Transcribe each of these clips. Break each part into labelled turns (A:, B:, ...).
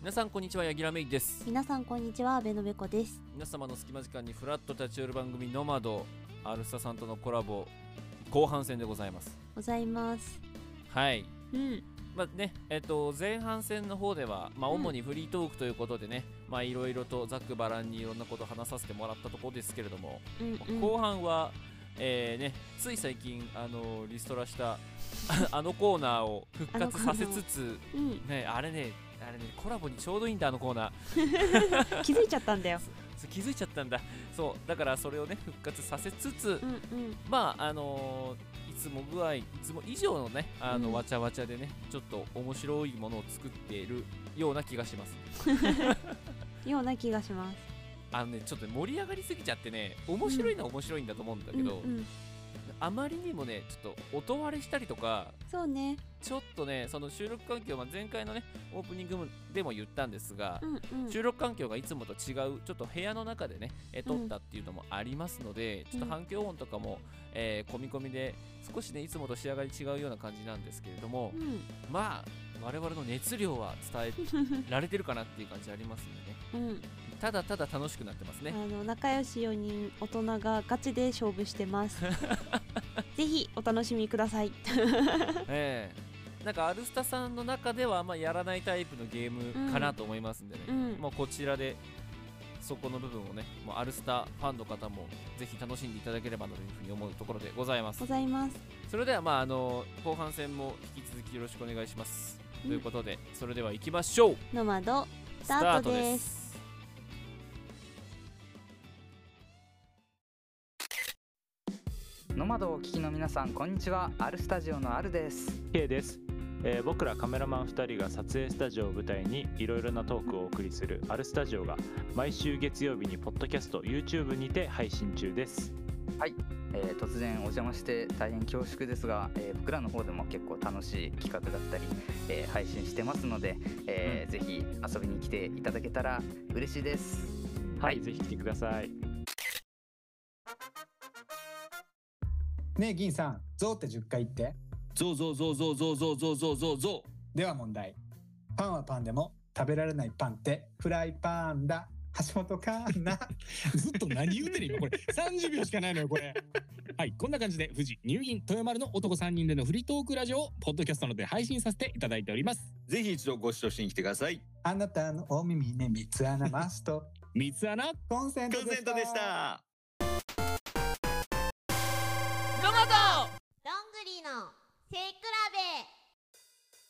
A: 皆さんこんにちはヤギラメイです
B: 皆さんこんにちは阿部のべこです
A: 皆様の隙間時間にふらっと立ち寄る番組ノマドアルサさんとのコラボ後半戦でございます
B: ございます
A: はい
B: うん
A: まあねえっと前半戦の方では、まあ、
B: うん
A: 主にフリートークということでね、まあいろいろとざっくばらんにいろんなことを話させてもらったところですけれども、
B: うんうん
A: 後半は、えーね、つい最近、あのリストラした あのコーナーを復活させつつ
B: うん
A: ね、あれねあれねコラボにちょうどいいんだあのコーナー
B: 気づいちゃったんだよ
A: そう気づいちゃったんだそうだからそれをね復活させつつ、
B: うんうん
A: まああのーいつも具合いつも以上のねあの、
B: うん
A: わちゃわちゃでねちょっと面白いものを作っているような気がします
B: ような気がします
A: あのねちょっとね盛り上がりすぎちゃってね面白いのは面白いんだと思うんだけど、
B: うんうん、
A: あまりにもねちょっと音割れしたりとか
B: そうね
A: ちょっとねその収録環境は前回のねオープニングでも言ったんですが
B: う、んうん
A: 収録環境がいつもと違うちょっと部屋の中でねえ撮ったっていうのもありますので、ちょっと反響音とかも、えー込み込みで少しねいつもと仕上がり違うような感じなんですけれども、
B: うん
A: まあ我々の熱量は伝えられてるかなっていう感じありますん でね
B: うん
A: ただただ楽しくなってます
B: あ
A: ね、
B: の仲良し4人大人がガチで勝負してます ぜひお楽しみください
A: ええなんかアルスタさんの中ではあんまやらないタイプのゲームかなと思いますんでね、
B: うん
A: もうこちらでそこの部分をねもうアルスタファンの方もぜひ楽しんでいただければというふうに思うところでございます
B: ございます
A: それではまああの後半戦も引き続きよろしくお願いします、
B: うん
A: ということでそれでは行きましょう
B: ノマド
A: ス
B: タートです
C: ノマドをお聞きの皆さんこんにちはアルスタジオのアルです
D: K です、えー僕らカメラマン2人が撮影スタジオを舞台にいろいろなトークをお送りする「アルスタジオ」が毎週月曜日にポッドキャスト YouTube にて配信中です
C: えー突然お邪魔して大変恐縮ですが、えー僕らの方でも結構楽しい企画だったり、えー配信してますので、えーぜひ遊びに来ていただけたら嬉しいです
D: は
C: はい
D: い、ぜひ来てください
E: ねえ銀さんゾウって10回言って
F: ゾウゾウゾウゾウゾウゾウゾウゾウゾウゾ
E: では問題パンはパンでも食べられないパンってフライパンだ橋本環 奈
F: ウずっと何言うてる今これ30秒しかないのよこれはいこんな感じで富士入銀豊丸の男3人でのフリートークラジオをポッドキャストなどで配信させていただいております
G: ぜひ一度ご視聴しに来てください。
E: あなたのお耳に三つ穴マスト
F: 三つ穴
E: コンセント
G: コンセントでした。
H: どんぐりの背比べ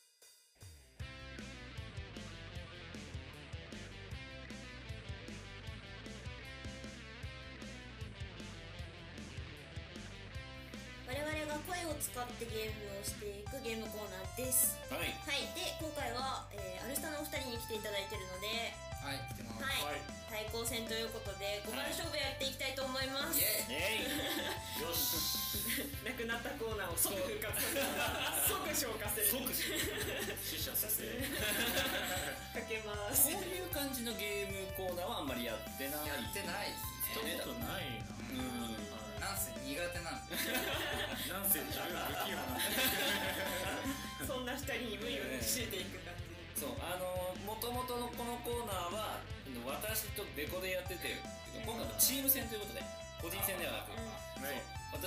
I: 我々が声を使ってゲームをしていくゲームコーナーです
G: はい。
I: はいで今回は、えーアルスタのお二人に来ていただいてるので
G: はい、来てま
I: はい、対抗戦ということで5番勝負やっていきたいと思います、
G: イエイ。よし。
I: なくなったコーナーを即復活する即消化する
G: 死者させ。こ
I: かけます
G: ういう感じのゲームコーナーはあんまりやってない。やってないですね。ことないな。うん。なんせ苦手なんで。なんせ自分不器用なんで。
I: そんな二人に無理を教えていく感じ
G: そうあのもともとのこのコーナーは私とベコでやってて今回はチーム戦ということで個人戦ではなく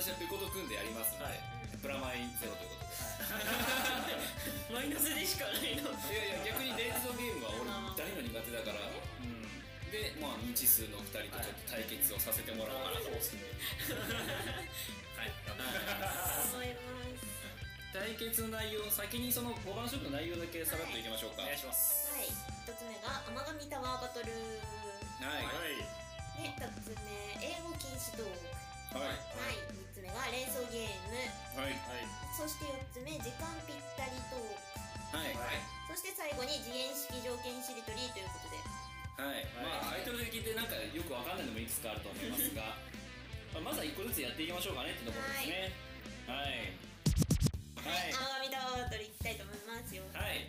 G: そう私はベコと組んでやりますので、プラマイゼロということ
I: マイナスでしかないの
G: で、い、やいや逆にレイズのゲームは俺大の苦手だから、でまあ未知数の2人とちょっと対決をさせてもらおうかなと思って
I: 思います
G: 対決の内容先にその5番勝負の内容だけさらっといきましょうか、お願いします
I: はい一つ目が甘神タワーバトル
G: はいはい
I: で二つ目英語禁止トーク
G: はい
I: はい、3つ目は連想ゲーム
G: はい
I: そして4つ目時間ぴったりトーク
G: はい
I: そして最後に次元式条件しりとりということで
G: はい、まあアイドル的でなんかよくわかんないのもいくつかあると思いますが まあまずは1個ずつやっていきましょうかねってところですねはいはい
I: 甘神タワーバトルいきたいと思いますよ
G: はい、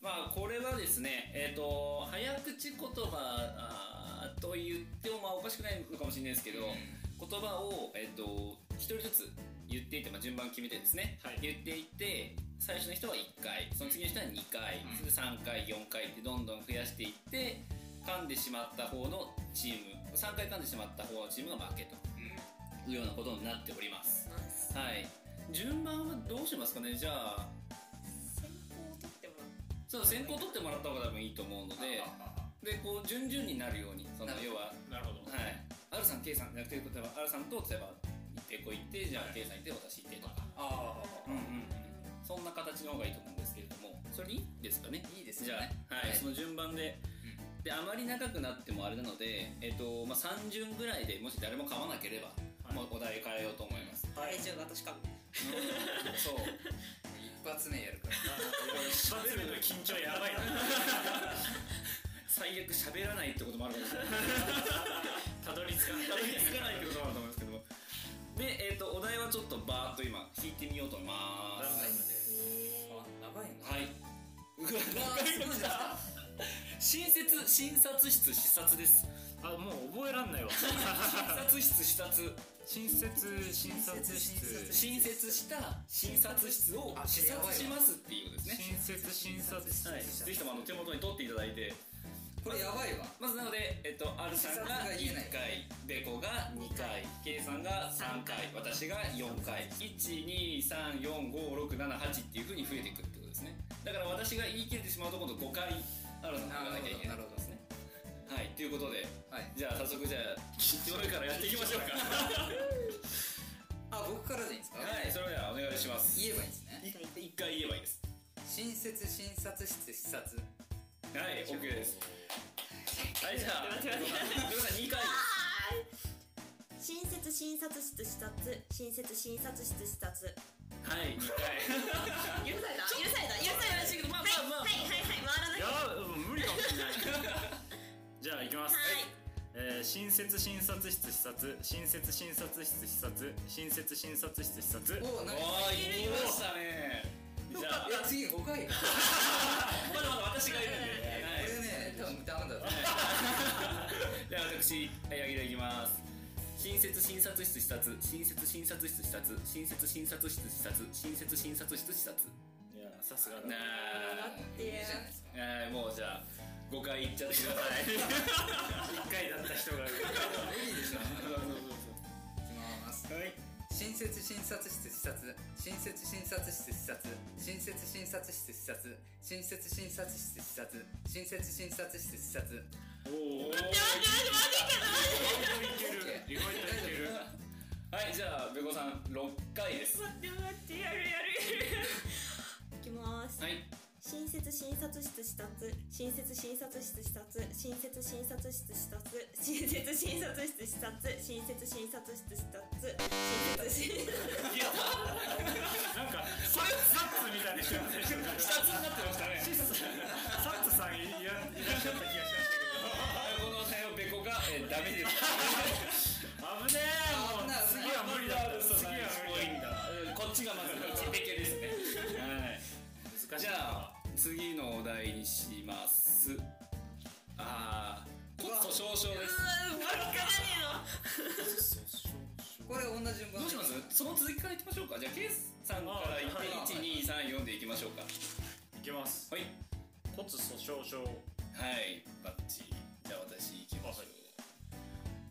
G: まあこれはですねえっ、と早口言葉あーと言ってもまあおかしくないのかもしれないですけど、言葉をえっ、と一人ずつ言っていって、まあ、順番決めてですね、言っていって最初の人は1回その次の人は2回、それで3
A: 3回4回ってどんどん増やしていって噛んでしまった方のチーム3回噛んでしまった方のチームが負けというようなことになっておりますはい順番はどうしますかねじゃあ
I: 先行取ってもらっ
A: そう先行取ってもらった方が多分いいと思うのででこう順々になるようにその要は
I: なるほど
A: はい、あるさん、K さんじゃなくて、例えば、あるさんと、例えば、行って、こう行って、じゃあ、K さん行って、私行ってとか。
I: あ
A: うんうんうん。そんな形の方がいいと思うんですけれども、それでいいですかね。
I: いいです
A: じゃ
I: よね
A: あ、はい、
I: はい
A: その順番で、で、あまり長くなってもあれなので、えっと、まあ、3巡ぐらいでもし誰も噛まなければ、もうお題変えようと思います。
I: あはいじゃあ私か
A: そう。
J: 一発目やるから
A: 喋るの緊張やばい最悪喋らないってこともあるかもしれないたどり着かないたどり着かないってこともあると思うんですけどもで、えー、とお題はちょっとバーっと今引いてみようと思います
I: 長い
A: はいうわ新設診察室視察です
D: あもう覚えらんないわ
A: 診察室視察
D: 新設診察室
A: 新設した診察室を視察しますっていうことですね
D: 新設診察室
A: はい、ぜひともあの手元に取っていただいて
J: これやばいわ
A: まずなので、えっと、R さんが1回ベコが2回 K さんが3回私が4回1234567っていうふうに増えていくってことですねだから私が言い切れてしまうと今度5回 R さんが行かなきゃいけないってことですねはいということで、
J: はい
A: じゃあ早速じゃ あ1番目からやっていきましょうか
J: あ僕からでいいんですか
A: はいそれではお願いします
J: 言えばいいんですね
A: 1回言えばいいです
J: 新設診察室視察
A: はい OK ですはいじゃあ
I: 待って待って
A: 皆さん2回
B: 新設診察室視察新設診察室視察
A: はい2回
I: 許された許された許されたけどまあまあまあ
B: はいはいはい回らない
D: いやうん無理かもしれない じゃあ行きます、
B: はい
D: えー新設診察室視察新設診察室視察新設診察室視察
J: おお
A: お
J: 何
A: ーいきましたねじゃあ
J: いや次5回こ
A: まだまだ私がいるんで。はい
J: れね多分ダメだ
A: じゃあ私、はい、あげていきます。新設診察室視察、新設診察室視察、新設診察室視察、新設診察室視察。
D: いやさすがだ
A: な
K: 待って
J: いいじゃないですか
A: あ、えーもうじゃあ、5回いっちゃってくださ
D: 1回だった人が
J: 無理でしょ
A: い。
J: いきます新設診察室視察新設診察室視察新設診察室視察新設診察室視察新設診察室視察
D: おお
A: 待って待って待
D: いける意外といける
A: はい、じゃあ、べこさん、6回です。は
I: 待って待ってやるやる
B: い
I: やる
B: きます
A: い。
B: 新設診察室視察新設診察室視察新設診察室視察新設診察室視察新設診察室視察新設診察
D: なんかそれサッツみたいでしたね
A: 視察になってましたね。
D: サッツさんいやいらっしゃった気がし
A: この際をべこが、えー、ダメです。
D: ましたけど危ねえもう次は無理だ次は無理だ
A: うんこっちがまず1ペケですねはい難しいじゃあ次のお題にしますああ骨粗しょう症です
I: う
J: こ
I: わっかがねえの
J: れ同じ順番
A: どうしますその続きからいきましょうかじゃあケイスさんからいっ
D: あはい
A: て1234でいきましょうか
D: いきます
A: はい
D: 骨粗しょう症
A: はいバッチリじゃあ私いきましょう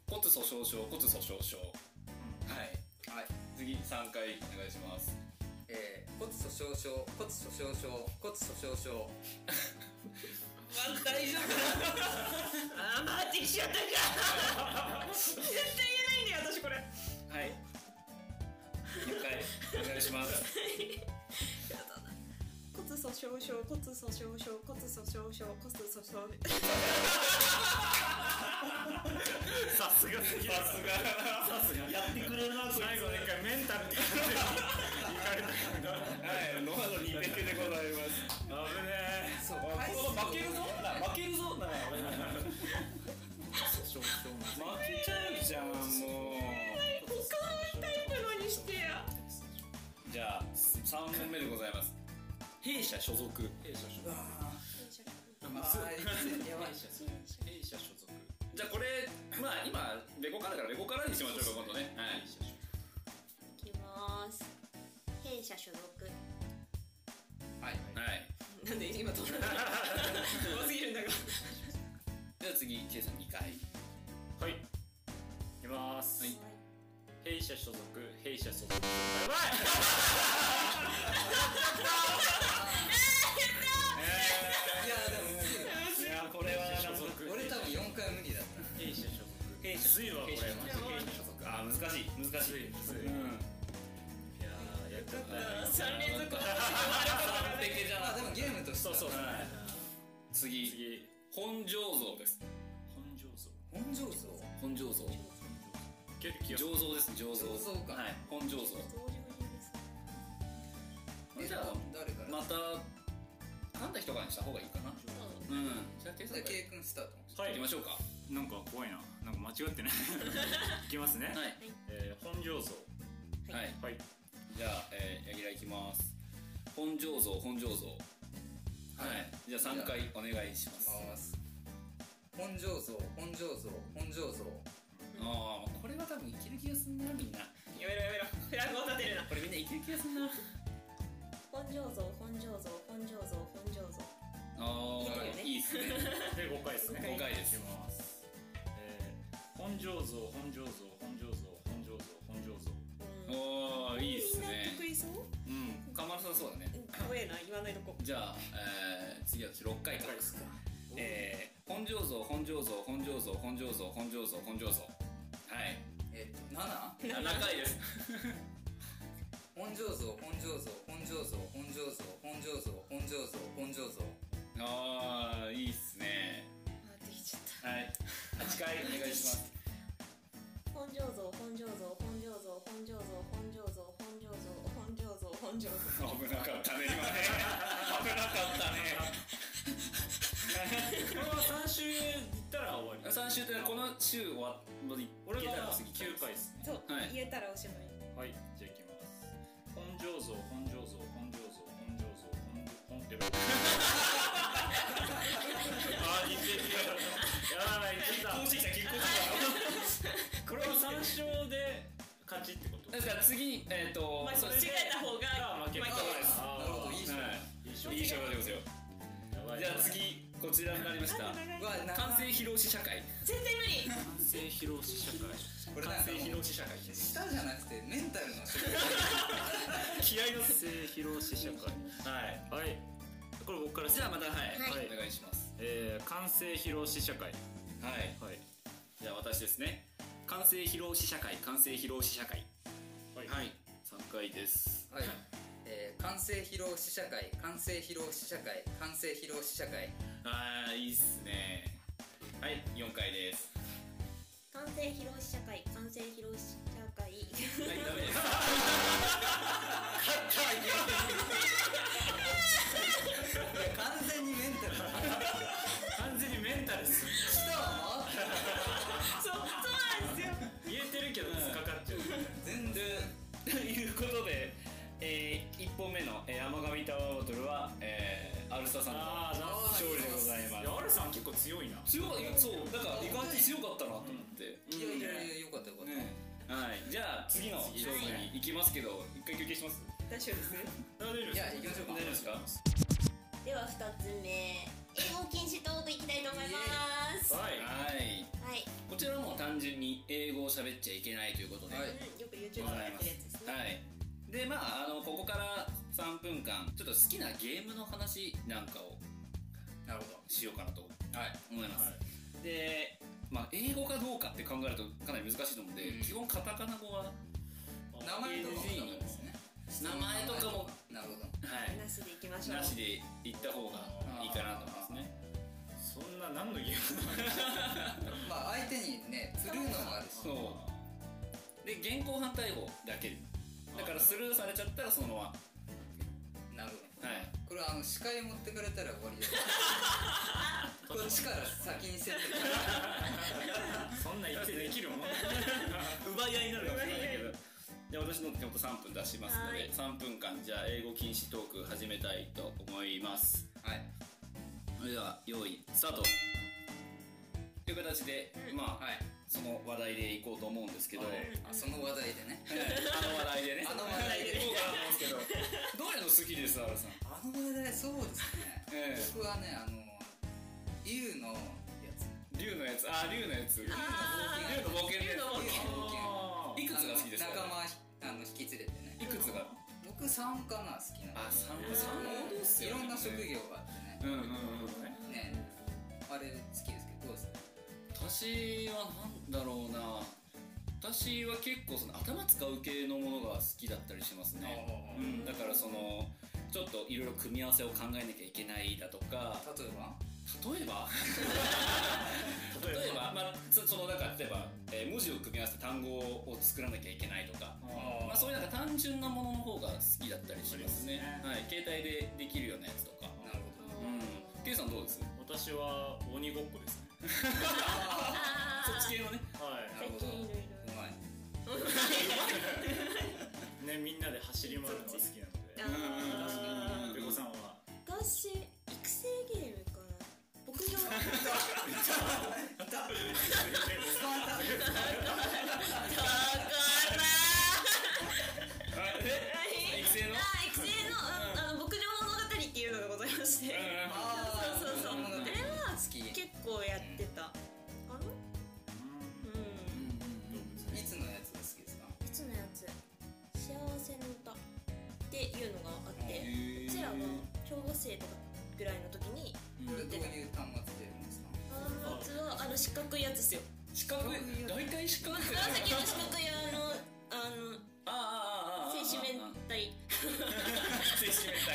A: 骨粗しょう症骨粗しょう症はい
J: はい
A: 次3回お願いします
J: えー、骨粗しょう症骨粗しょう症骨粗しょう症
A: 大丈夫
I: あー待ってきちゃったじゃん絶対言えないんだよ私これ
A: はい4回お願いします
B: 骨粗しょう症骨粗しょう症骨粗しょう症骨粗しょう
D: さすがすぎさすがさすがやってくれるな最後の一回メンタルって言かれた
A: はい、ノアの2ペケでございます。
D: 危ねえ
J: そう 回数
A: 負けるぞな負けるぞな
J: 少々
A: 負けちゃうじゃん、もう。
I: 他のタイプのにしてや
A: じゃあ、3問目でございます。弊社所属。弊社所属。
J: まあやばいじゃん
A: 弊社所属。じゃあこれ、まあ今、レコからだからレコからにしましょうか、今度ね。はい。
B: いきます弊社所属
J: はい
A: はい。
I: なんで今飛んだ怖すぎるんだが
A: では次、ケイさん2回。
D: はい。いきます。はい。弊社所属、弊社所属。やばい。
A: いや、でも無理だ。いや、これは、俺多分4回無理だった。
D: 弊社所属。
A: 弊社
D: むずいわこれ。
A: 弊社所属。あ、難しい、難しい。うん。
D: いやーやっちゃったね。
I: 3連続
A: 完璧じゃん。あ、でもゲームとして。
D: そうそう。
A: はい次、
D: 次。
A: 本醸造です。
D: 本上層。
A: 本醸造本醸造。
D: ゲルキ
A: 醸造です、醸造。醸造か。はい、本醸造。え、じゃあ、誰からまた、噛んだ人からにした方がいいかな。うん。じゃあ、ケイさん。ケイ君スタート。
D: はい
A: 行きましょうか。
D: なんか怖いな。なんか間違ってない。いきますね。
A: はい。
D: えー本上層。
A: はい。
D: はい。
A: じゃあ、えー、ヤギラいきます。本醸造、本醸造。はい。じゃあ3回お願いします。本醸造、本醸造、本醸造。ああ、これは多分いける気がすんな、みんな。
I: やめろやめろ フラグを立てるな
A: これみんないける気がすんな。
B: 本醸造本醸造本醸造本醸造
A: あ
B: いけるよ
A: あ、
B: ね
A: いいっすね。
D: で5回ですね。
A: 5回です
D: いきます。えー本上像、本上像、本上像、本上像、本上像。
I: うん
A: おー、いいっす
I: みんな得
A: ね。
I: 意そう
A: うん。かまらさそうだね。
I: うんかわいいな言わないとこ
A: じゃあ、えー、次は私6回からです。えー、本醸造、本醸造、本醸造、本醸造、本醸造、本醸造。はい。えっと、7?7 回です。本醸造、本醸造、本醸造、本醸造、本醸造、本醸造、本醸造。あー、いいっすね。
I: あできちゃった
A: はい。8回お願いします。
B: 本醸造本醸造本醸造本醸造本醸造本醸造本醸造本醸造
A: 危なかったね、今ね。危なかったね。
D: これは3週行ったら終わり。
A: 3週でこの週終わり、
D: 俺
A: いけた
D: が
A: ら次
D: 9回ですね。
I: そう
A: はい
I: 言えたらおしま
D: は
I: い
D: い、じゃあ行きます。本上像、本上像、本上像、本上像、本上像、本上像。 あー、似てる。やばい、似
A: し
D: てた。
A: てきた、結婚
D: これは3勝で勝ちってこと
A: だから次、えっ、と、
I: まあ
A: そう
I: 間違
A: です
I: えた方が
D: あ負け
I: 負け
A: です
D: あー
A: なるほどいい勝負いい勝負でございます
D: やばい
A: じゃあ次、こちらになりました。完成披露し社会。
I: 絶対無理
D: 完成披露試写会
A: これ
D: 完成披露試写会
A: 下じゃなくて、メンタルの
D: 気合の完成披露試写会
A: はい。
D: はいこれ僕から
A: じゃあまた、はい、
D: はい
A: お願いします。
D: えー、完成披露試写会
A: はい。
D: はい
A: じゃあ私ですね。完成披露試写会、完成披露試写会。
D: はい
A: はい。3回です。
C: はい、えー、完成披露試写会完成披露試写会完成披露試写会
A: あー、いいっすね。はい、4回です。
B: 完成披露試写会完成披露試写会
A: はい、ダメです。
C: 完全にメンタルだ
D: 完全にメンタルっす
I: そうそうなんですよ
D: 言えてるけど突っかかっちゃう
A: 全然。ということで、えー、1本目の、えー、天神タワーバトルは、えー、アルサさんの
D: あーなるほど
A: 勝利でございま
D: いやアルさん結構強いな
A: す。強いそう、なんか意外と強かったなと思って。
C: いやいやいやよかったよかった、
A: ねはい、じゃあ次の勝負に行きますけど、一回休憩します。
I: 大丈夫です
D: 大丈夫です
C: や行きましょう
A: 大
C: か
A: 丈夫ですか
B: では二つ目英語禁止トークいきたいと思いますは
D: はい
A: はい。
B: い、
A: こちらも単純に英語を喋っちゃいけないということで。
C: はい
I: うんよく YouTube でやってるやつですね
A: はい。で、まあ、あの、ここから3分間、ちょっと好きなゲームの話なんかを
C: なるほど
A: しようかなと
C: はい
A: 思います。で、まあ、英語かどうかって考えるとかなり難しいと思うんで、
C: うん
A: 基本カタカナ語は、
C: 名前とかもダメです
A: 名
C: ね
A: 前とかも、
C: なるほど
A: は
I: なしでいきまし
A: い、
I: ょ
A: な
I: う
A: しで言った方がいいかなと思いますね。
D: そんな何のゲーム
C: ま
D: なの
C: あ相手にねするのもあるし
A: そう。で、現行反対語だけ。だからスルーされちゃったらそのまま。は
C: なるほ
A: い。
C: ど、これはあの司会持ってかれたら終わ りだこっちから先にせって
D: そんな言ってできるもん
A: 奪い合いになるかもしれないけど。じゃあ私の手元3分出しますので、3分間、じゃあ英語禁止トーク始めたいと思います。
C: はい
A: それでは、用意、スタートという形で、まあ、
C: はい
A: その話題でいこうと思うんですけど、
C: はい
A: え
C: あその話題でね
A: えあの話題でね。
C: あの話題で
A: いこうかなと思うんですけど、どういうの好きです、アラさん。
C: あこれね そうですね、
A: ええ
C: 僕はねあの竜のやつ
A: 竜のやつあ竜のやつ竜の冒険竜の冒険のいくつが好きですか
C: あの仲間あの引き連れてね
A: いくつが
C: 僕三かな好きなの
A: あ三
C: あ
A: 三
C: の
A: ですよね
C: いろんな職業があっ
A: うん
C: てね
A: うんうん
C: ねあれ好きですけどどうですか
A: 私はなんだろうな私は結構その頭使う系のものが好きだったりしますね、うん、だからそのちょっといろいろ組み合わせを考えなきゃいけないだとか
C: 例えば
A: 例え ば例えば、まあ、そそのなんか例えば、えー文字を組み合わせて単語を作らなきゃいけないとかまあ、そういうなんか単純なものの方が好きだったりしますねはい、携帯でできるようなやつとか
C: なるほど
A: うん K さんどうです
D: 私は鬼ごっこですね
A: そっち系のね
D: は
C: なるほどうまいう
D: いねみんなで走り回るのが好きなので
B: あ
D: ペコさんは
B: 私育成ゲームかな牧場
A: え育成の
B: あ育成のあの牧場物語っていうのがございまして
C: あ
B: そうそうそう
C: な
B: あれ
C: るほど
B: は
C: 好きい
B: 結構やってたあのうん
C: つのやつが好きですか
B: いつのやつ幸せの歌っていうのがあってうちらが小学生とかぐらいの時に
C: これどういう端末でやるんですか
B: あのつはあの四角いやつですよ
A: 四角い大 体四角い
B: 紫の四角いあのあの
A: ああああああ
B: 精子明
A: ああ
B: 太
A: 精子明太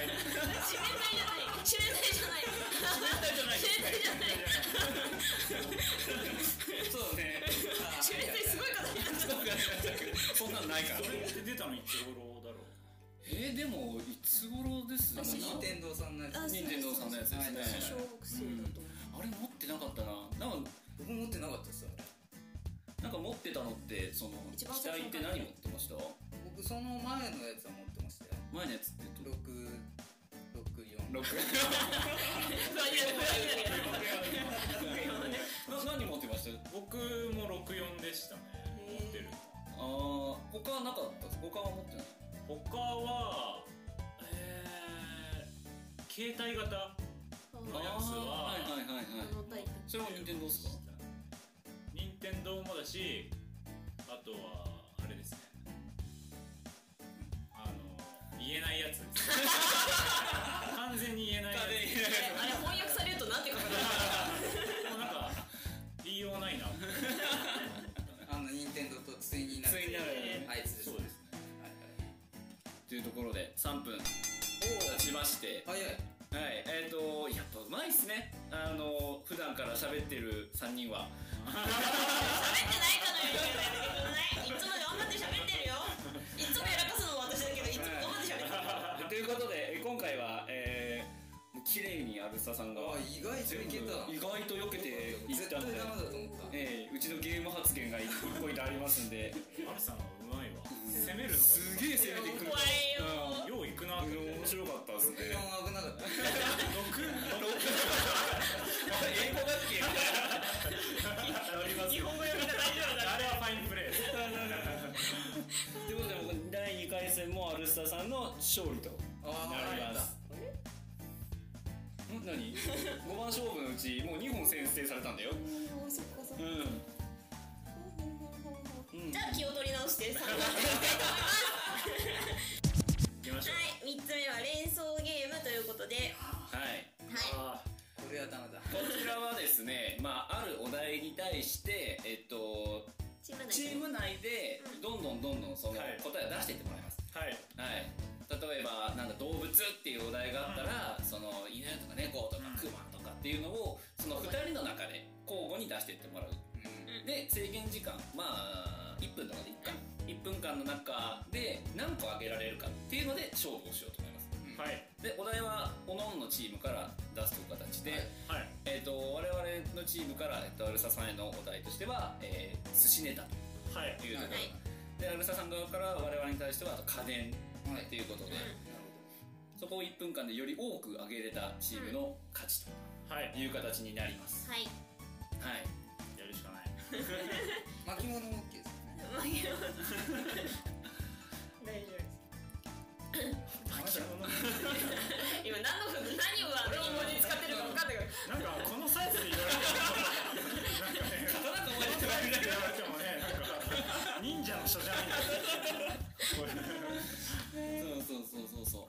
B: 四面体じゃない四面体じゃない四面体じゃない
A: そうね
B: 四面体すごい方になっちゃった
A: そんなのな いから
D: それって出たのいつ頃だろう
A: えー、でもいつ頃です
C: あの
A: ね
C: 任天堂さんのやつ
B: あ
A: 任天堂さんのやつですね
B: 小学生だと思う
A: あれ持ってなかったななんか
C: 僕持ってなかったですよあ
A: な
C: れ
A: んか持ってたのってその
B: 一
A: 機
B: 番最初
A: 体って何持ってました
C: 僕その前のやつは持ってましたよ
A: 前のやつってどれ
C: 664
A: 六。な何持ってました？
D: 僕も64でしたね持ってる
A: ああ他はなかった。他は持ってない。
D: 他はえー携帯型
B: あ
D: のやつは
A: はいはいはいはい。
B: あのタイプ
A: それも任天堂ですか？
D: 任天堂もだしあとはあれですねあの言えないやつです 完全に言えないや
B: あれ翻訳されるとなんて書くの
D: つもうなんか言いようないな
C: あの任天堂とついになる
A: ついになる
C: あいつです
D: そうですね
A: というところで三分経ちまして。
C: 早い
A: はい、えっ、と、やっぱうまいっすね。あの、普段から喋ってる3人は。
B: 喋ってないかのように言うのやめてくださいいつも頑張って喋ってるよいつもやらかすのは私だけどいつも頑張って喋ってる
A: ということで、え今回は、えー、もう綺麗にアルサさんが
C: あ意外といけた
A: 意外と避けていっ
C: 絶
A: た
C: 対
A: んで
C: ダメ、だと思った
A: えーうちのゲーム発言が一個一個ありますんで、
D: マルさんはうまいわ攻めるのが
A: すげえ攻めてくる。
B: 怖いよ
A: うん
D: よういくなって
A: 面白かったですね。
C: 64危なかった
A: 英語だっ け
D: 日本語やめたら大丈夫だあれはファインプレーです
A: ということで、もう第2回戦もアルスタさんの勝利となります。ん 何 ?5 番勝負のうち、もう2本先制されたんだよ。
B: そっかそっ
A: う
B: か
A: ん。
B: じゃあ気を取り直して3番
D: いきましょ
B: はい3つ目は連想ゲームということで
A: はい。
B: はい、
D: うあ
C: これはダメだ
A: こちらはですね、まあ、あるお題に対して、えっと、
B: チーム内
A: チーム内でどんどんどんどんその答
D: はい
A: えを出していってもらいます。
D: ーはい
A: はい。例えば、なんだ、動物っていうお題があったら、その、犬とか猫とか
D: うん
A: 熊とかっていうのを、その2人の中で交互に出していってもらう。
C: うん
A: で、制限時間、まあ、1分とかでいいか。1分間の中で何個あげられるかっていうので勝負をしようと思います。
D: はい
A: で、お題は、各々のチームから出すという形で、
D: はい
A: えっと我々のチームから、えっとアルサさんへのお題としては、えー寿司ネタ
D: はい
A: というところ、
B: はい
A: でアルサさん側から我々に対してはあと家電
C: はい
A: ということで、そこを1分間でより多く上げれたチームの勝ち
D: はい
A: という形になります、
B: はい
A: はい
D: やるしかない
C: 巻物も OK ですよね
B: 大丈夫です
I: 今何の分何をあの思いに使ってるか分かんないけど
D: なんかこのサイズで言われてもなんかね刀と思い出て言われてもねなんか忍者の書じゃない
A: そうそうそうそうそう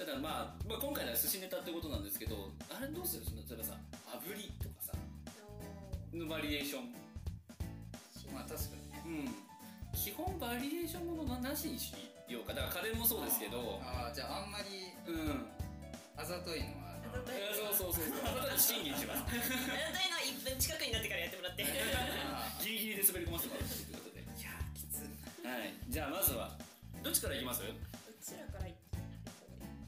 A: ただまあ、まあ、今回のは寿司ネタってことなんですけどあれどうするその例えばさ炙りとかさのバリエーションまあ確かにうん基本バリエーションものななしにしようかだから家電もそうですけど
C: あーじゃああんまり
A: うん
C: あざといのは
A: えーそうそうそうそうまた審議にします
I: あなたへのは1分近くになってからやってもらっ て
A: ギリギリで滑り込ませてもらうということでいや
I: きつ
A: はいじゃあまずはどっちからいきます
I: うちらから言って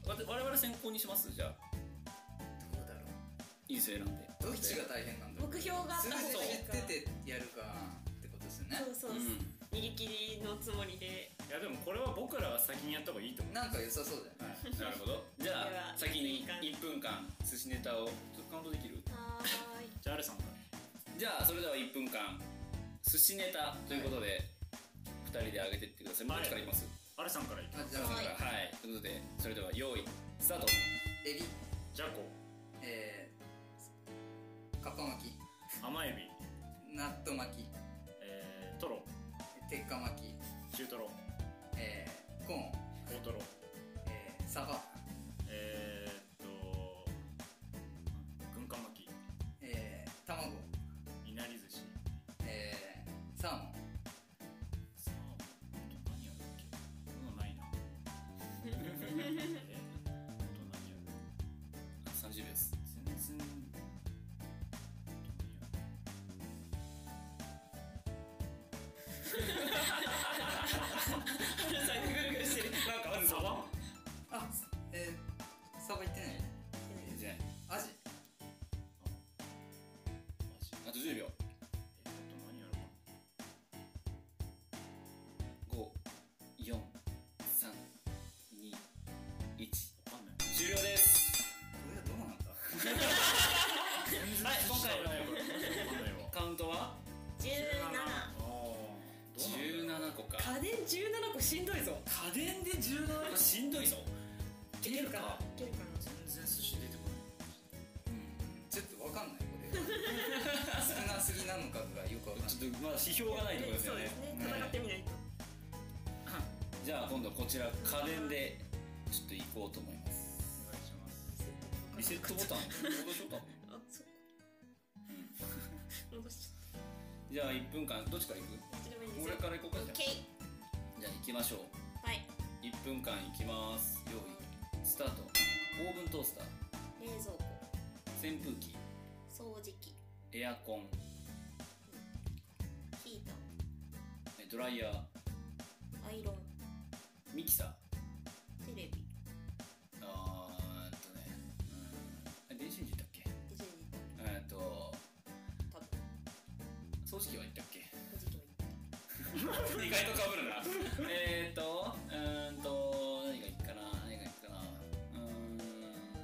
A: わ我々先行にしますじゃあどうだろういいですよ選んで
C: どっちが大変なんだろう
I: 目標があった方がいい
C: 数字
I: か
C: 知っててやるかってことですよね
I: そうそう逃げ切りのつもりで
D: いやでもこれは僕らが先にやった方がいいと思う
C: なんか良さそうだよね
A: なるほどじゃあ先に1分間寿司ネタをちょっとカウントできる
I: はーい
D: じゃあアルさんから
A: じゃあそれでは1分間寿司ネタということで、二2人で上げてってくださいど
D: はい
A: っちからいきます
D: アルさんからいき
C: あじゃ
A: は
C: あ
A: い、はい、ということでそれでは用意スタート
C: エビ
D: じゃこ
C: えー、かっぱ巻き
D: 甘エビ
C: 納豆巻き
D: えー、トロ
C: 鉄火巻き
D: 中トロ
C: えー、コーン
D: 大トロ
C: えー、サバ
D: えー、っと軍艦巻き
C: えー、卵
D: いなり寿司
C: えー、サーモン
D: さあ何やるっけもうない なえーあと何やる
A: 30秒です
D: 全然
I: はるさんがグルグルしてる
A: なんかある
D: サバ
C: あえー、サバ行ってない
A: じゃない
C: アジ
D: マジ
A: あと10秒
D: えー、あと何やろう
A: 54321
D: かわかんない
A: 終了です
C: これはどうなんだ
A: はい今回
D: わかんないこ
A: の
D: れわか
A: カウン
D: んないわ
A: トは
D: あ
I: 17
D: ーどうなんだろう
A: 17個か
I: 家電17個しんどいぞ
A: 家電で17個しんどいぞ
I: いけるかないけるかな
D: 全然寿司出てこない
C: ちょっとわかんないこれは 少なすぎなのかとかよくわかんない
A: ちょっとまだ指標がないところです
I: そ
A: よ
I: う
A: ね
I: ですね戦ってみないと
A: じゃあ今度こちら家電でちょっと行こうと思います
D: お願いします
A: リセットボタン戻しようか
I: あそっか
A: うん
I: 戻しち
A: じゃあ1分間どっちから行く
I: ゃったどっちでもいいです
A: 俺
I: よ
A: から行こうか
I: オ
A: じ
I: ッ
A: ゃ
I: ケー
A: あじゃあ行きましょう
I: はい
A: 1分間行きます用意スタートオーブントースター
I: 冷蔵庫
A: 扇風機
I: 掃除機
A: エアコン
I: ヒータ
A: えドライヤー
I: ーアイロン
A: ミキサー
I: テレビ
A: あーえっとねうんあ電子レンジだっけ
I: ディズニー
A: えっと
I: 多分
A: 掃除機は行ったっけ
I: 掃除機も
A: 意外とかぶるなえーっとうーんと何がいいかな何がいいかなうーん家電だよね家電だよね
I: 家電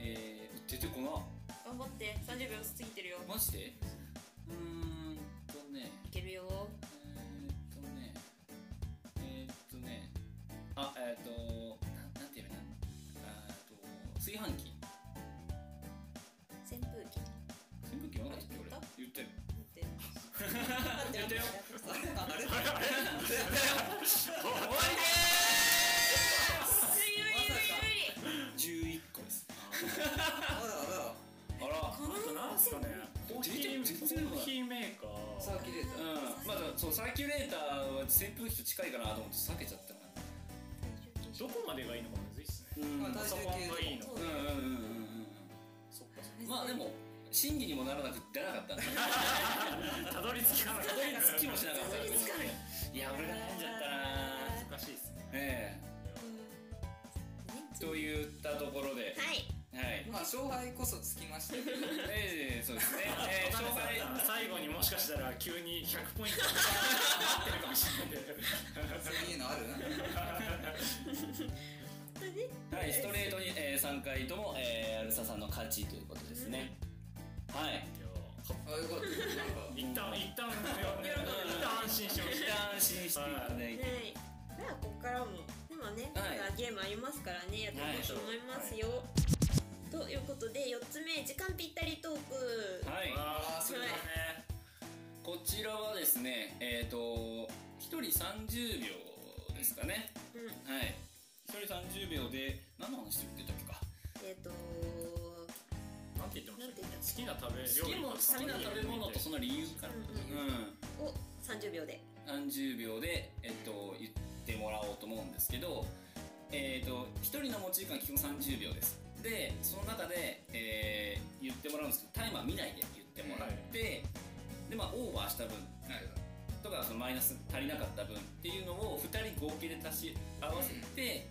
A: えー、出てこな
I: 頑張って30秒過ぎてるよ
A: マジでうーんとね
I: いけるよ
A: えーっとねえーっとねあえーっとななんていうのあーっと炊飯器
I: 扇風機
A: 扇風機分かったっけ俺
I: あ
A: 言ったよ
I: 待って待って
A: 言ったよ
C: ああれ
A: 終わりでーす
I: 無理無理無理無理
A: 11個です
C: まだまだ
A: あら
D: あとなんです かねコーヒー
A: 全然
D: コーヒーメーカ
C: サ
D: ー
C: ーキュレータ
A: うん
C: ー
A: まあそうサーキュレーターは扇風機と近いかなと思って避けちゃったな
D: どこまでがいいのかむずいっすね
A: うん
C: まあ
A: う
C: 体重計
D: パソコンがいいの
C: とか
A: んうんうんうん
D: そっかそ
A: うんまあでも審議にもならなくて出なかったんで
D: っか たどり着かなかった
A: たどり着きもしなかった
I: たどり着かない
A: いや俺が悩んじゃったな
D: 難しいっすね
A: ええといったところで
I: はい
A: はい
C: まあ勝敗こそつきましたけど
A: ええそうですねええ
D: 渡
A: 障害
D: 辺さん最後にもしかしたら急に100ポイントがってるかもしれないんで
C: そういうのある
A: はい、ストレートに、え3回とも、えーアルサさんの勝ちということですね。はい。
C: あよかったなんか
D: 一旦一旦一旦安心しまし
A: 一旦安心
C: 識がね、
B: ねじゃあこっからもでもね、
C: はい
B: まだゲームありますからねやっていこうと思いますよ、ということで4つ目時間ぴったりトーク
C: はい
B: はい
C: こちらはですねえっ、と1人30秒ですかね、はい1人30秒で何の話して言ってたっけか
B: えっ、と
I: なんて言ってましたっけ好きな食べ料理
C: 好きな好きな食べ物とその理由から
B: を30秒で
C: うん、30秒で、えっと、言ってもらおうと思うんですけど、えっと1人の持ち時間基本30秒ですでその中で、えー言ってもらうんですけどタイマー見ないで言ってもらって、でまあオーバーした分とかそのマイナス足りなかった分っていうのを2人合計で足し合わせて、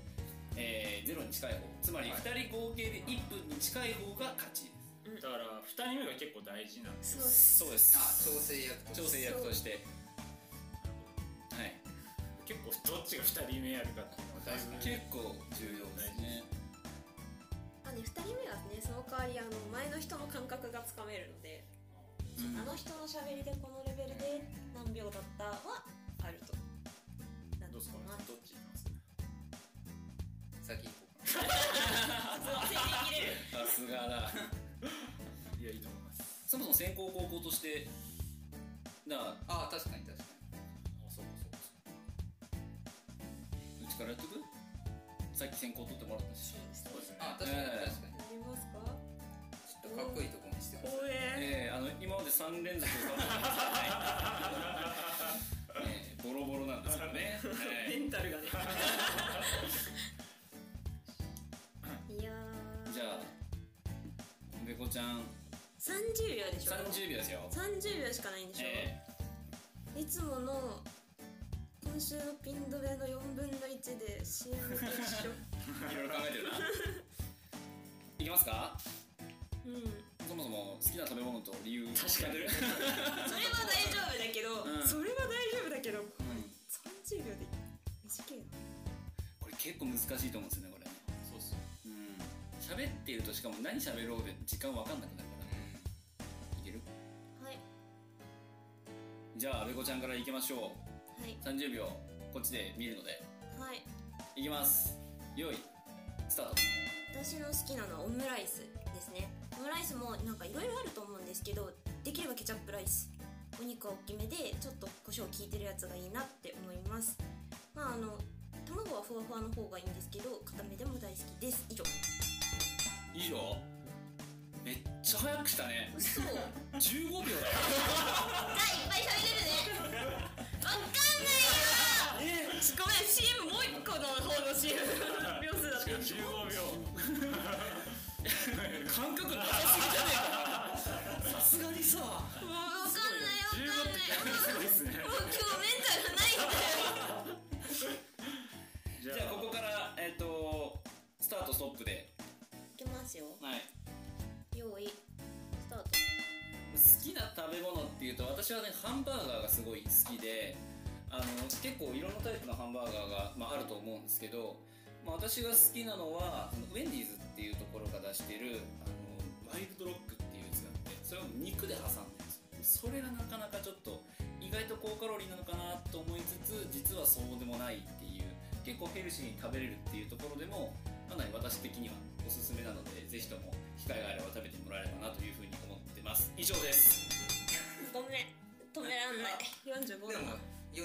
C: えーゼロに近い方つまり2人合計で1分に近い方が勝ちですだから2人目が結構大事なんですそうです
A: あ調整役として
C: 調整役としてはい
I: 結構どっちが2人目やるかっていうのが大事だね
C: 結構重要ですね
B: まあね、2人目はねその代わりあの前の人の感覚がつかめるので、あの人のしゃべりでこのレベルで何秒だったはあるとどうすかどっち行きます
A: 先行こ
C: さすがだいやいいと思いますそもそも先攻後攻としてだからああ確かに確かにあそうかそうかそうかうちからやっとくさっき先行取ってもらったしそうですねあ確かに確かに
B: ありますか
C: ちょっとかっこいいとこ見せ
B: く
C: て
B: ださいおー
C: ええあの今まで三連続で はいええボロボロなん ですよねメンタルがね
B: いや
C: じゃあべこちゃん
B: ー30秒でしょ
C: 30秒ですよ
B: 30秒しかないんでしょ、
C: え
B: いつもの今週のピン止めの4分の1で CM と一緒
C: えいろいろ考えてるないきますか
B: うん
C: そもそも好きな食べ物と理由確かに
B: それは大丈夫だけど、
C: うん
B: それは大丈夫だけど、30秒で短いな
C: これ結構難しいと思うんですよねこれそうっすうん喋っているとしかも何喋ろうで時間わかんなくなるからいける
B: はい
C: じゃあ阿部子ちゃんからいきましょ
B: はい、
C: う30秒こっちで見るので
B: はい、
C: いきますよいスタート
B: 私の好きなのはオムライスですねオムライスもなんかいろいろあると思うんですけどできればケチャップライスお肉は大きめでちょっと胡椒効いてるやつがいいなって思いますまああの卵はふわふわの方がいいんですけど固めでも大好きです以上
C: 以上めっちゃ早くしたね
B: 嘘
C: 15秒だよ
B: いっぱい喋れるねわかんないよごめん CM もう一個の方の CM の秒数だった
I: 15秒
C: 感覚なさすぎじゃねえかさすがにさ
B: もうわかんないわかんない
C: すごいっすね
B: もう今日メンタルないんだよ
C: じゃあここからえっ、とスタートストップで
B: いきますよ
C: はい
B: 用意スタート
C: 好きな食べ物っていうと私はねハンバーガーがすごい好きであの結構いろんなタイプのハンバーガーが、まあ、あると思うんですけど、まあ、私が好きなのはウェンディーズっていうところが出してるあのワイルドロックっていうやつがあってそれを肉で挟んでるんですよそれがなかなかちょっと意外と高カロリーなのかなと思いつつ実はそうでもないっていう結構ヘルシーに食べれるっていうところでもかなり私的にはおすすめなのでぜひとも機会があれば食べてもらえればなというふうに思ってます以上です
B: ごめん止めらんない45だな
C: 4545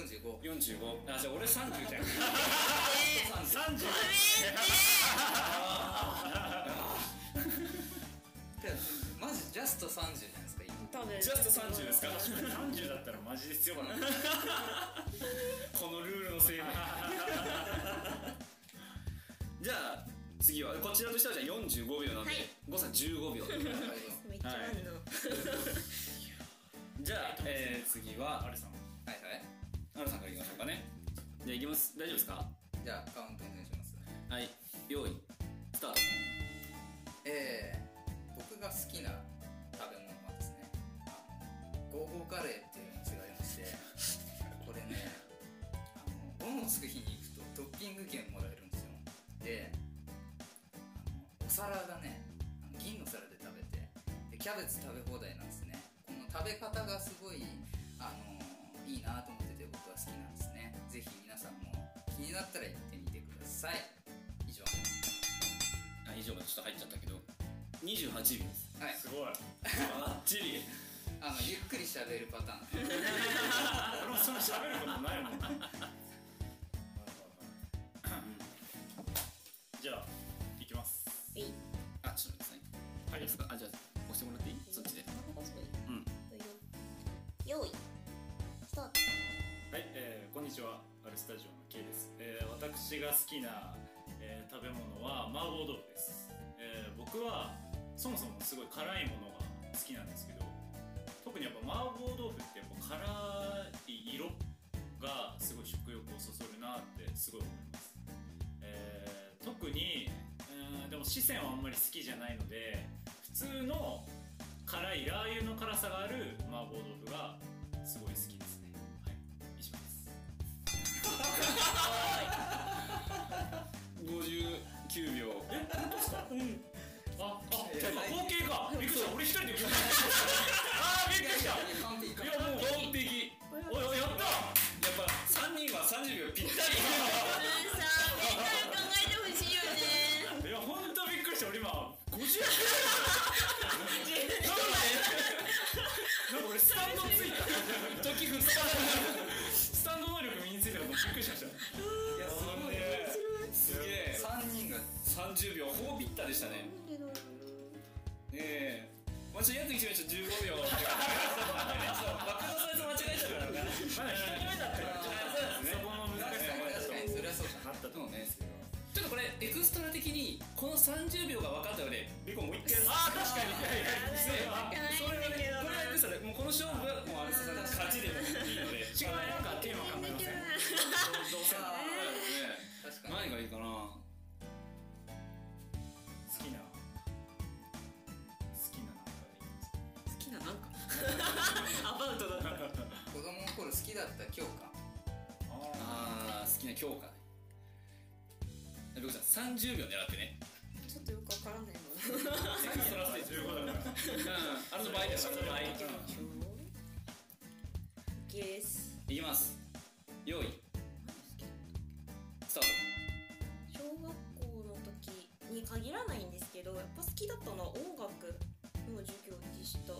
C: あじゃあ俺30じゃん
I: 30
A: うでマジジャスト30じゃないですか今
B: 多分
I: ジャスト30ですか 確かに30だったらマジで強かった
C: このルール のせいでじゃあ次はこちらとしてはじゃあ45秒なんで、誤差15秒
B: めっちゃあんの
C: じゃあ、えー、次はアルさんはいはいアルさんからいきましょうかねじゃあいきます大丈夫ですか
A: じゃあカウントお願いします
C: はい用意スタート
A: えー、僕が好きな食べ物はですねあのゴーゴーカレーっていうお店がありましてこれねあの盆をつく日に行くとトッピング券もらえるんですよであのお皿がねあの銀の皿で食べてでキャベツ食べ放題なんですねこの食べ方がすごいあのいいなと思ってて僕は好きなんですねぜ
C: 気になったら行ってみてください以上
A: あ以上がちょっと入っちゃったけど28秒です
C: はいすごい
A: バッチリ
C: あのゆっくり喋るパターン
D: 俺もそんな喋ることないもんじゃあ行きます
A: あちょっと待ってくださいはいですかあじゃあ押してもらっていいそっちでうん
B: 用意スタート
D: はい、えーこんにちはアルスタジオの K です、えー私が好きな、えー食べ物は麻婆豆腐です、えー僕はそもそもすごい辛いものが好きなんですけど特にやっぱ麻婆豆腐ってやっぱ辛い色がすごい食欲をそそるなってすごい思います、えー特にうーんでも四川はあんまり好きじゃないので普通の辛いラー油の辛さがある麻婆豆腐がすごい好きですねはい以上です
A: 59秒え本当ですかうん
D: あ、あ、
A: え
D: じゃあ合計かびっくりした俺一人で来たあーびっくりしたいやもう完璧おいおいやった
A: やっぱ3人は30秒ぴったり
D: いや本当びっくりした俺今50秒なんかねなんか俺スタンドついた時ふさスタンド能力身についたことびっくりしましたいやすごいね
A: すげえ
C: 3人が
A: 30秒ほぼぴったでしたねねえまあちょっと約1名ちょっと15秒爆弾サイズ間違えちゃったからね
D: まだ1人目だったから
A: そうですね
D: そこも難しい
C: 確かにそれはそうだ
D: なったと
C: 思うね
A: ちょっとこれエクストラ的にこの30秒が分かったのでリコもう一回
D: あー確かに
A: ねそれはねこれはエクストラでもうこの勝負はもうあれさ勝ちでもいいので
D: 違うなんかテーマ考えません
A: どうせな
C: 確か
A: 何がいい
C: に
A: かな
D: 好きな好きななんかいいです
I: 好きななんか アバウトだった
C: 子供の頃好きだった教科
A: あー好きな教科ねリコちゃん30秒狙ってね
I: ちょっとよくわからない
A: エクストラステージ15だからうんあれの倍だよあれの倍
B: です
A: いきます用意スタート
B: 小学校の時に限らないんですけどやっぱ好きだったのは音楽の授業でした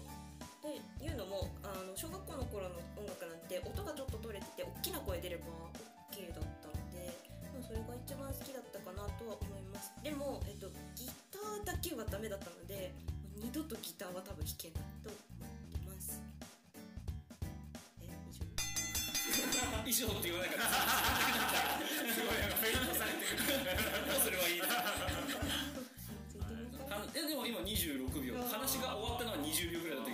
B: でいうのもあの小学校の頃の音楽なんて音がちょっと取れてて大きな声出れば OK だったのでまあそれが一番好きだったかなとは思いますでも、えっと、ギターだけはダメだったので二度とギターは多分弾けないと思ってますえ以
A: 以
B: 上
A: 上って言わないからすごいなんかフェイントされてるどうすればいいはえでも今26秒話が終わったのは20秒ぐらい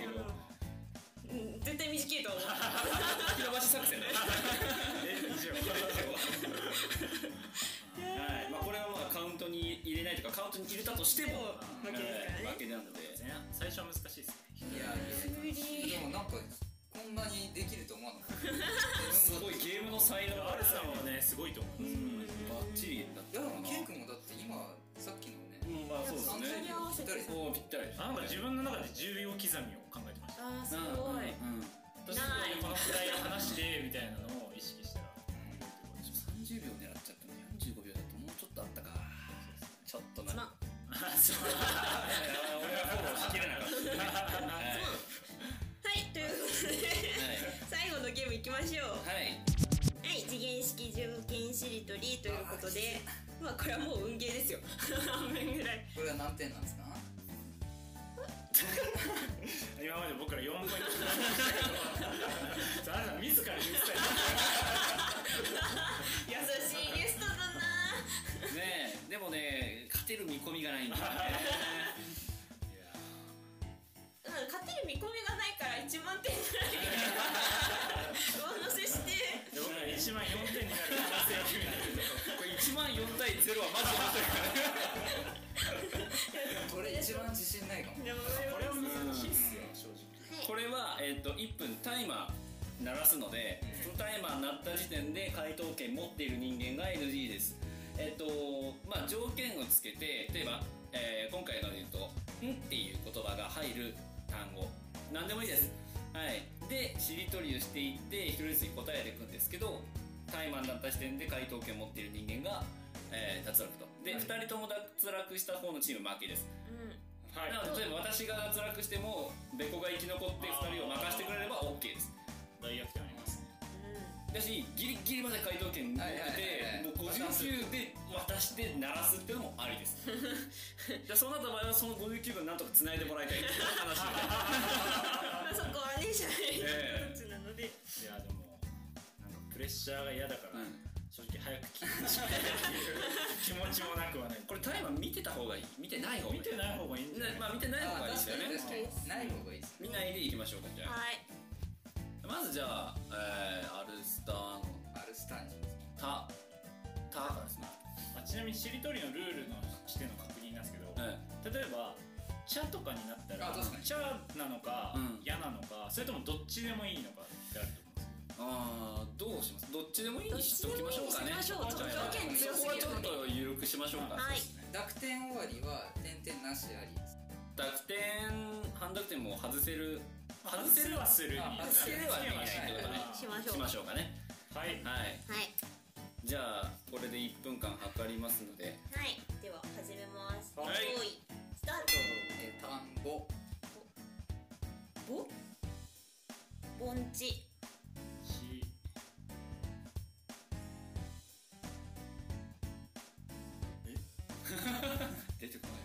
A: だったけど
I: うん絶対短いと思う
A: 吹き飛ばし作戦だ はいまあこれはまあカウントに入れないとかカウントに入れたとしても
D: 負けですから
A: はい
D: ね
A: 負けなので
D: 最初は難しいですね
C: いやいやでもなんかこんなにできると思わなかった
A: すごいゲームの才能があ
D: ア
A: る
D: ルさんはねすごいと思う
A: バッチリだっ
C: いや
A: たな
C: でもケイ君もだって今さっきのね
A: うんまあそうですね
C: 30秒ぴったり
A: おおぴったり
D: なんか自分の中で10秒刻みを考えてました
I: あーす
A: うん
I: ごい
A: うん
D: 私このくらいの話でみたいなのを意識したら
A: 30秒狙っちゃったの45秒だともうちょっとあったかちょっとな
I: つまん
D: あそう俺はフォローしきれなかったね
A: はい
B: はいということで最後のゲームいきましょう
A: はいはい
B: はい、次元式条件しりとりということで、まあこれはもう運ゲーですよ。半分ぐらい。
C: これは何点なんですか
D: 今まで僕ら4ポイントそうあなた自ら言ってたよ
I: 優しいゲストだな
A: ねえでもね勝てる見込みがないんだよね
B: うん、勝てる見込みがないから一万点ぐらい。上乗せして。
D: で僕ら1万4点になる可能性を秘め
A: これ1
D: てる
A: 万4対0はマジで面白いからね
C: これ一番自信ないかも
I: でも
D: これは難しいっすよ正直
A: これは、えっと1分タイマー鳴らすのでそのタイマー鳴った時点で回答権持っている人間が NG ですえっ、とまあ条件をつけて例えば、えー今回ので言うと「ん」っていう言葉が入る単語何でもいいですはいでしりとりをしていって一人ずつ答えていくんですけどタイマーになった時点で回答権を持っている人間が、えー脱落とで、二2人とも脱落した方のチーム負けです、なので例えば私が脱落してもベコが生き残って2人を任せてくれれば OK です大逆転ありますねだしギリギリまで回答権持っててもう59で渡して鳴らすっていうのもあ りですでそうなった場合はその59分なんとか繋いでもらいたいっていう話で
I: そこはね、社員
D: ええ
I: の人たちなので。
D: いやでもなんかプレッシャーが嫌だから、正直早く聞いてしまうっていう気持ちもなくはない
A: これタイマー見てた方がいい見てない方がいい
D: 見てない方がいいんじゃない
A: ねまあ見てない方がいいですよね
D: あ確かに確かにない方
A: がいいです見ないでいきましょうかじゃあ
I: はい。
A: まずじゃあ、えー、アルスターのアルスターにタタからですね
D: あちなみにしりとりのルールのしての確認なんですけど、例えば「茶」とかになったら
A: あ確かに
D: 「茶」なのか「や」なのかそれともどっちでもいいのかってあると思
A: あーどうしますどっちでもいいにしときましょうかね
D: どっちでもいいにしましょう
A: じゃあ
D: 条件強すぎる
A: そこはちょっと緩くしましょうか、
C: はい
A: 濁点終わりは点々なしあり濁点半濁点も外せる外せるはするに
D: あ
A: 外せるはできないってことね
D: はいしましょう
A: しましょうかね
D: は
A: は
D: い
A: い
B: はい
A: じゃあこれで1分間測りますので
B: はいでは始めます
A: はい
B: 用意スタート
A: え単語
B: ぼぼんち
A: 出てこない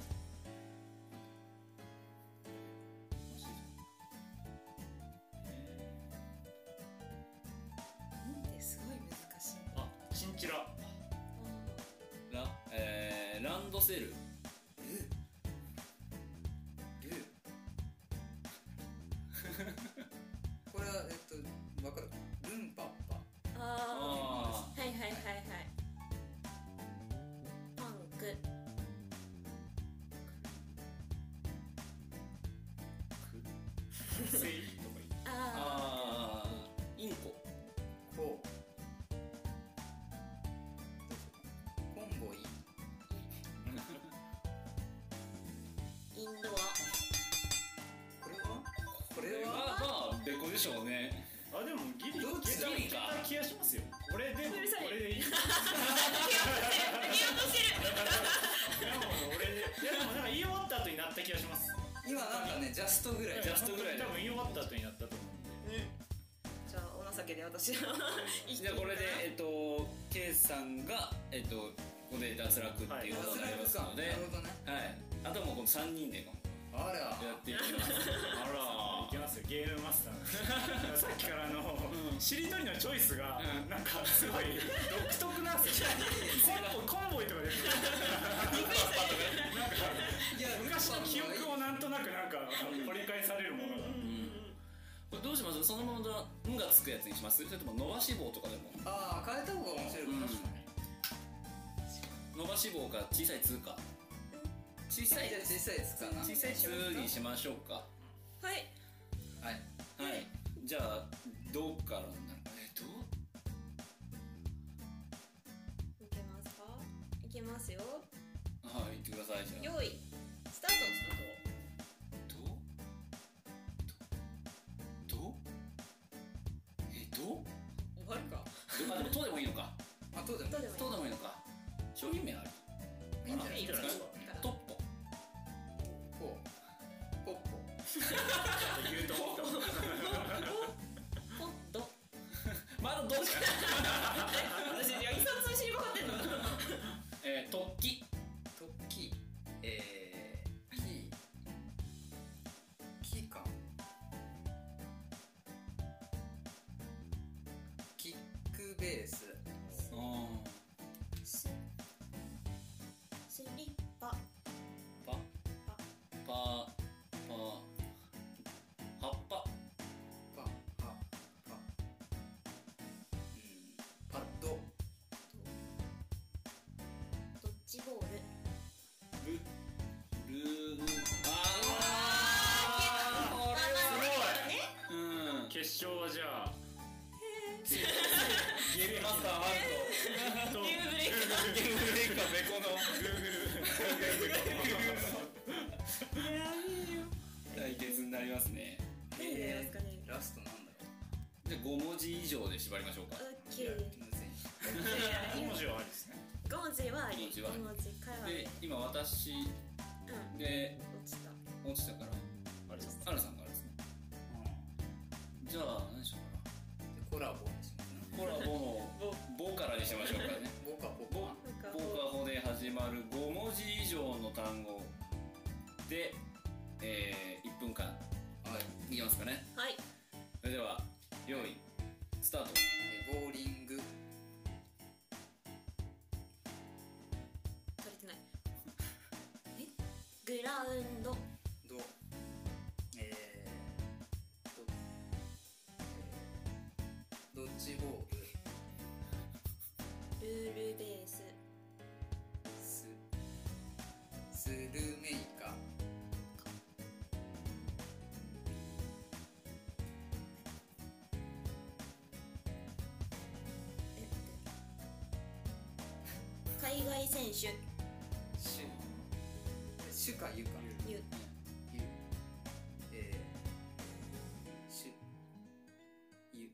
I: なんですごい難しい。
D: あ、チンチラ。
A: ラ,、えー、ランドセル
C: これはえっと分かるルンパッパ
I: ああ。はいはいはいはい。
B: パンク
D: う
A: あーインコ
C: こうコンボイ
B: インドア
A: これはまあベコでしょうね
D: あでもギリ
A: どっち
D: ギリ
A: ギリか
D: いけた気がしますよ俺でも
I: うるさい
D: これでいい俺でいやでもなんか言い終わった後になった気がします
C: 今なんかねジャストぐらい
D: ジャストぐらい多分言い終わった後になったと思うんで
I: じゃあお情けで私は。
A: じゃあこれでえっとケイさんがえっとここで脱落っていうことになりますので、はいあとはもうこの3人であらやっていきます
D: あらいきますよゲームマスターのさっきからあの、しりとりのチョイスが、なんかすごい独特なんですよコンボコンボイとかでなんかいや昔の記憶をなんとなくなんか掘り返されるものが
A: これどうしますそのままだ「ん」がつくやつにしますそれとも伸ばし棒とかでも
C: ああ変えた方が面白いかもしれない
A: 伸ばし棒か小さい「つ」か小さい
C: じゃあ小さいつかな
A: 小さい「つ」にしましょうか
I: はい。
A: はいはいじゃあ「ど」からになるえど
B: いけますかいけますよ
A: はい言ってくださいじゃあ
B: 用意スタート
A: 「ど」え「ど」
I: 終わるか。
A: あでも「と」でもいいのか
C: あとで
A: もいいとでもいいのか商品名ある
I: いいんじゃない
A: あら
I: ですか
A: トッポ
C: こうポッポ
D: 言うと思ったもん
B: ポッド
A: まだどうじゃん
I: 私いや一冊の知り分かってんの。
A: えー、突起
C: 突起えー、キーキーかキックベース
B: ススリッパ
A: パパーパー葉っぱ
C: パパパパッド
B: ドッジボール
A: ルルー
D: あ
A: すごい、うん、
D: 決勝はじゃあ
A: ゲームマスターハルト
I: ゲームブレイク
A: ゲームブレイクはベコの対決になりますね
I: 何になりますかね。
C: ラストなんだ
A: じゃあ5文字以上で縛りましょうか
B: オッケー
C: むずい
A: 5文字はありですね
B: 5文字はあり
A: 五文字はあり
B: 五文字会話
A: で
B: で
A: 今私
B: うん
A: で
B: 落ちた
A: 落ちたからあれですアルさんがあれですねじゃあ何でしょうかなコラボコラボのボからにしましょうかねボかボかボかボで始まる5文字以上の単語で、えー、1分間はいいきますかね
B: はい
A: それでは用意スタートボーリング
B: 取れてないえグラウンド
C: どえーどえードッジボール
B: ルールベース
C: ススルメイカ
B: 海外選手
C: シュシュかユか
B: ゆ
C: ユえーシュユシ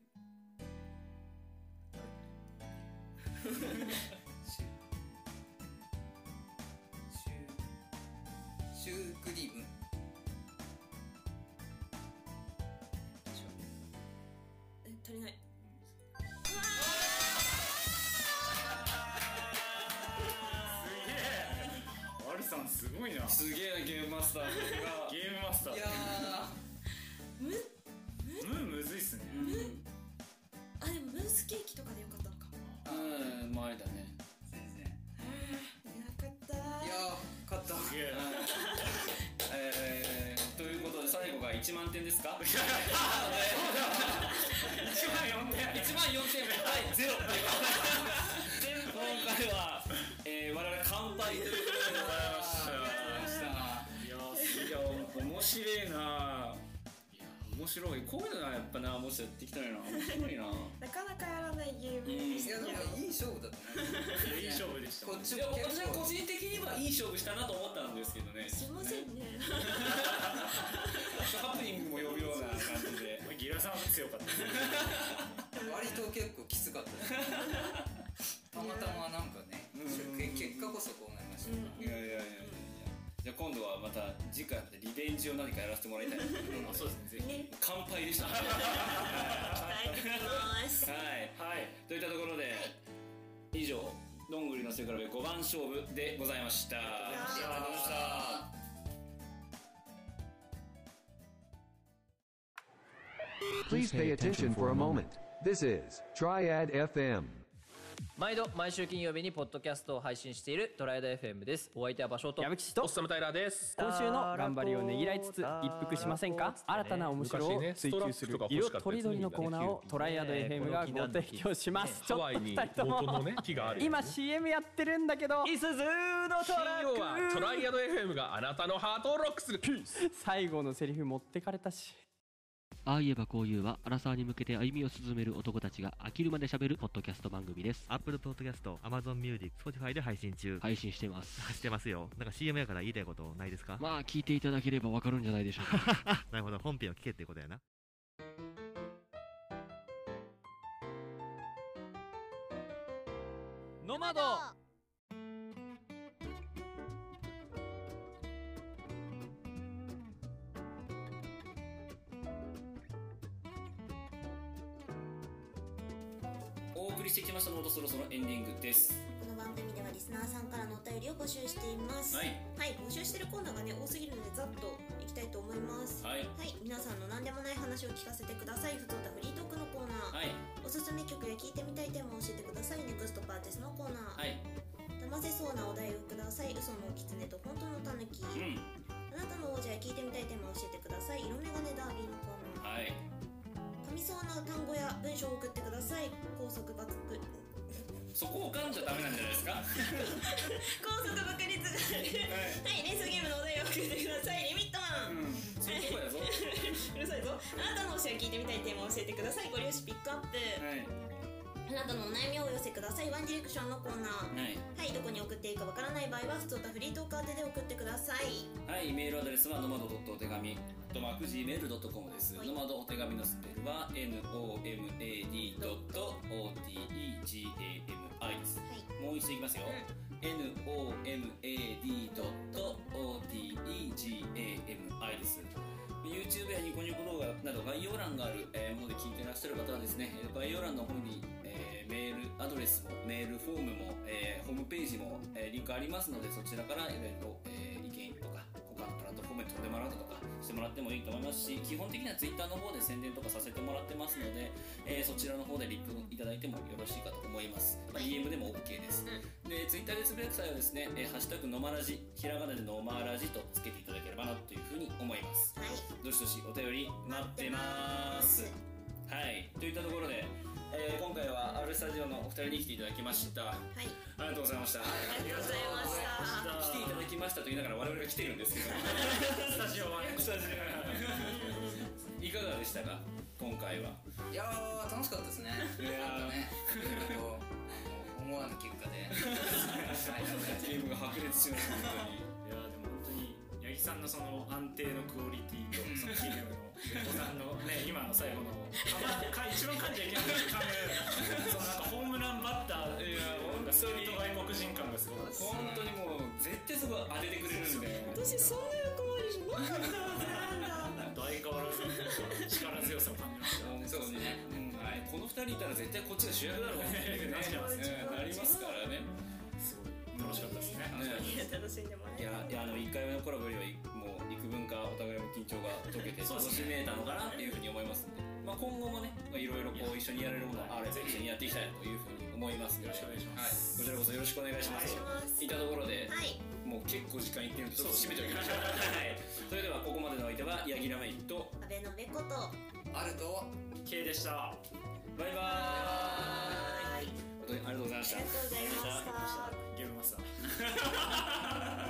C: ュシュシュークリーム
B: え足りない
D: アルさんすごいな
A: すげえなゲームマスターが
D: ゲームマスター
A: いや
D: むむむずいっすね
B: あでもムースケーキとかでよかったのか
A: うんまあありだね
B: よかった
C: いやー勝った
A: すげええー、ということで最後が1万点ですか1万4点1万4点はいゼロ今回は、えー、我々乾杯ということでございました
D: いや
A: いや面白いないや面白いこういうのはやっぱなもうちょっとやっていきたいな面白いな
B: なかなかやらないゲーム
A: うん
B: ですけど
A: いやでもいい
C: 勝負だった
A: いやいい勝負でした、ね、いや私は個人的にはいい勝負したなと思ったんですけどね
B: すいませんね
A: ハプニングも呼ぶような感じで
D: ギラさんは強かったです
C: 割と結構きつかったですたまたまなんかね結果こそこうなりましたから
A: いやいやいやいやじゃあ今度はまた次回リベンジを何かやらせてもらいたい なと思うのでそうですね
B: ね
A: 乾杯でしたはい
B: 帰ってきます
A: はい、といったところで以上「どんぐりの背比べ5番勝負」でございましたありがとうございました
L: 毎度毎週金曜日にポッドキャストを配信しているトライアド FM ですお相手は場所と矢吹とおっさむタイラーです
M: 今週の頑張りをねぎらいつつ一服しませんか新たな面白を追求する色とりどりのコーナーをトライアド FM がご提供しますちょっと二人とも今 CM やってるんだけどいすずのトラック
N: はトライアド FM があなたのハートをロックするピース
M: 最後のセリフ持ってかれたし
O: ああ言えばこう言うは、アラサーに向けて歩みを進める男たちが飽きるまで喋るポッドキャスト番組です。
G: Apple Podcast、Amazon Music、Spotify で配信中。配信してます。してますよ。なんか CM やから言いたいことないですか
O: まあ、聞いていただければわかるんじゃないでしょうか。
G: なるほど。本編を聞けってことやな。
P: ノマド
A: お送りしてきましたのとそろそろエンディングです
B: この番組ではリスナーさんからのお便りを募集しています
A: はい、
B: 募集してるコーナーがね多すぎるのでざっといきたいと思います
A: はい
B: 皆さんの何でもない話を聞かせてくださいふつおたフリートークのコーナー、
A: はい
B: おすすめ曲や聞いてみたいテーマを教えてくださいネクストパーティスのコーナ
A: は
B: ー、
A: い
B: 騙せそうなお題をください嘘の狐と本当のタヌキ、あなたの王者や聞いてみたいテーマを教えてください色眼鏡ダービーのコーナー
A: はい
B: 噛みそうな単語や文章を送ってください高速バツ ク
A: そこを噛んじゃダメなんじゃないですか
B: 高速バカ率があるはい、レースゲームのお題を送ってくださいリミットマン、
A: そういうとこやぞ
B: うるさいぞあなたの推しを聞いてみたいテーマを教えてくださいご両親ピックアップ、
A: はい
B: あなたのお悩みをお寄せくださいワンディレクションのコーナー
A: はい
B: はいどこに送っていいかわからない場合は普通とフリートーク宛てで送ってください
A: はい、メールアドレスはノマドドットお手紙とマーク Gmail.com です、ノマドお手紙のスペルは nomad.otegami です、もう一度いきますよ、nomad.otegami です YouTube やニコニコ動画など概要欄がある、えーもので聞いてらっしゃる方はですねえー概要欄の方に、えーメールアドレスもメールフォームも、えーホームページも、えーリンクありますのでそちらからいろいろ、えー意見とか他のプラットフォームに飛んでもらうとかしてもらってもいいと思いますし基本的には Twitter の方で宣伝とかさせてもらってますので、えーそちらの方でリップいただいてもよろしいかと思います、まあ、DM でも OK です、で Twitter でつぶやく際はですね「えーハッシュタグのまらじ」ひらがなでのまらじとつけていただければなというふうに思います、どしどしお便り待ってますはいといったところで、えー今回は R スタジオのお二人に来ていただきました、ありがとうございましたありがとうございました来ていただきましたと言いながら我々が来てるんですけどスタジオはねスタジオいかがでしたか今回はい
C: やー楽しかったですね
A: いやー
C: なんかねいろいろこう思わぬ結果
A: ゲ
C: で
A: ームが白熱しました本当に
D: いやでも本当に八木さんのその安定のクオリティとそのゲームのボタンの ね今の最後のあんまか一番噛んじゃいけない噛むそのなんかホームランバッター
A: いや
D: なんかストリート外国人感がすごい
A: 本当にもう絶対そこ当ててくれるんで
I: 私そんな役割じゃなかったはずなんだ
D: 相変わらず力強さを感じました
A: そうね、はい、この二人いたら絶対こっちが主役だろうってなっちゃいますねなりますからねすごい楽しかったですね
I: 楽しんでもら
A: い
I: え
A: やいやあの1回目のコラボよりもう幾分かお互いも緊張が解けて楽しめたのかなっていうふうに思いますんで、まあ、今後もねまあいろいろこう一緒にやれるものがあれば一緒にやっていきたいというふうに思いますよろしくお願いします、はい、こちらこそよろしくお願いします、い、ったところで、もう結構時間いってるんでちょっと締めておきましょうはいそれではここまでのお相手はヤギラメイと
B: 阿部のべこと
A: アルト K でしたバイバーイ本当にありがとうございました
B: ありがとうございました
D: ゲームマスター
A: た